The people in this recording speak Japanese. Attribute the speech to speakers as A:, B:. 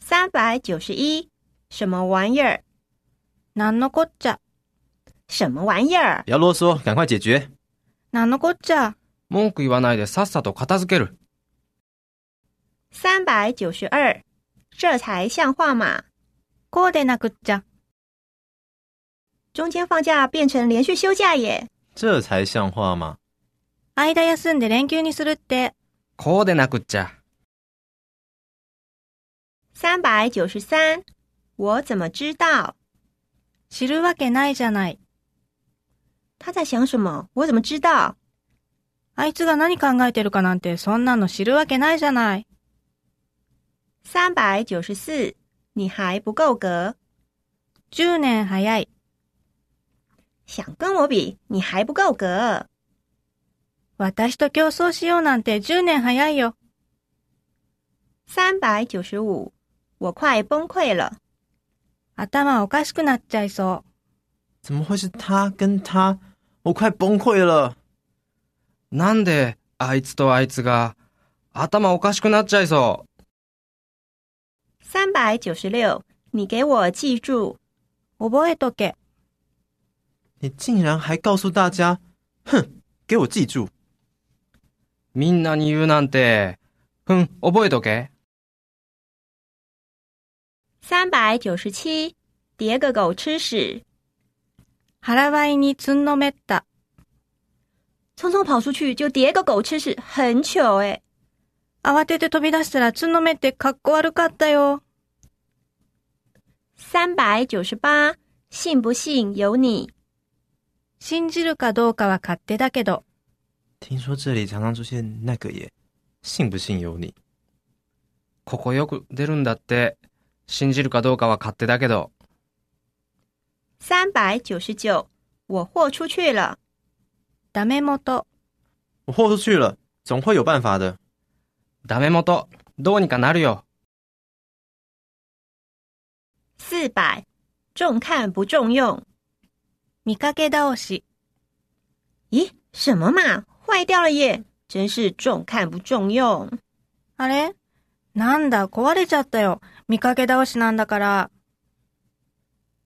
A: 三百九十一，什么玩意儿？
B: なんのこっちゃ。
A: 什么玩意儿？
C: 不要啰嗦，赶快解决。
B: なんのこっちゃ。
D: 文句言わないでさっさと片付ける。
A: 三百九十二，这才像话嘛！
B: こうでなくっちゃ。
A: 中间放假变成连续休假耶！
C: 这才像话嘛！
B: 間休んで連休にするって。
D: こうでなくっちゃ。
A: 三百九十三，我怎么知道
B: 知るわけないじゃない。
A: 他在想什么？我怎么知道？
B: あいつが何考えてるかなんてそんなの知るわけないじゃない。
A: 三百九十四，你还不够格，
B: 10年早い。
A: 想跟我比，你还不够格。
B: 私と競争しようなんて10年早いよ。
A: 三百九十五，我快崩溃了。
B: 頭おかしくなっちゃいそ
C: 怎么会是他跟他？我快崩溃了！
D: なんで、あいつとあいつが、頭おかしくなっちゃいそ
A: 三百九十六，你给我记住。
B: う。覚えとけ。
C: 你竟然还告诉大家！哼，给我记住！
D: う。みんなに言うなんて、ふん、覚えとけ。
A: 三百九十七，叠个狗吃屎，
B: 腹ばいにつんのめった。
A: 匆匆跑出去就叠个狗吃屎，很糗欸诶、
B: 慌てて飛び出したらつんのめってかっこ悪かったよ。
A: 三百九十八，信不信由你。
B: 信じるかどうかは勝手だけど、
C: 听说这里常常出现那个耶，信不信由你。
D: ここよく出るんだって、信じるかどうかは勝手だけど、
A: 三百九十九，我豁出去了。
B: ダメ元。
C: 我豁出去了，总会有办法的。
D: ダメ元、どうにかなるよ。
A: 四百，重看不重用。
B: 見かけ倒し。
A: 咦，什么嘛，坏掉了耶！真是重看不重用。
B: あれなんだ、壊れちゃったよ。見かけ倒しなんだから。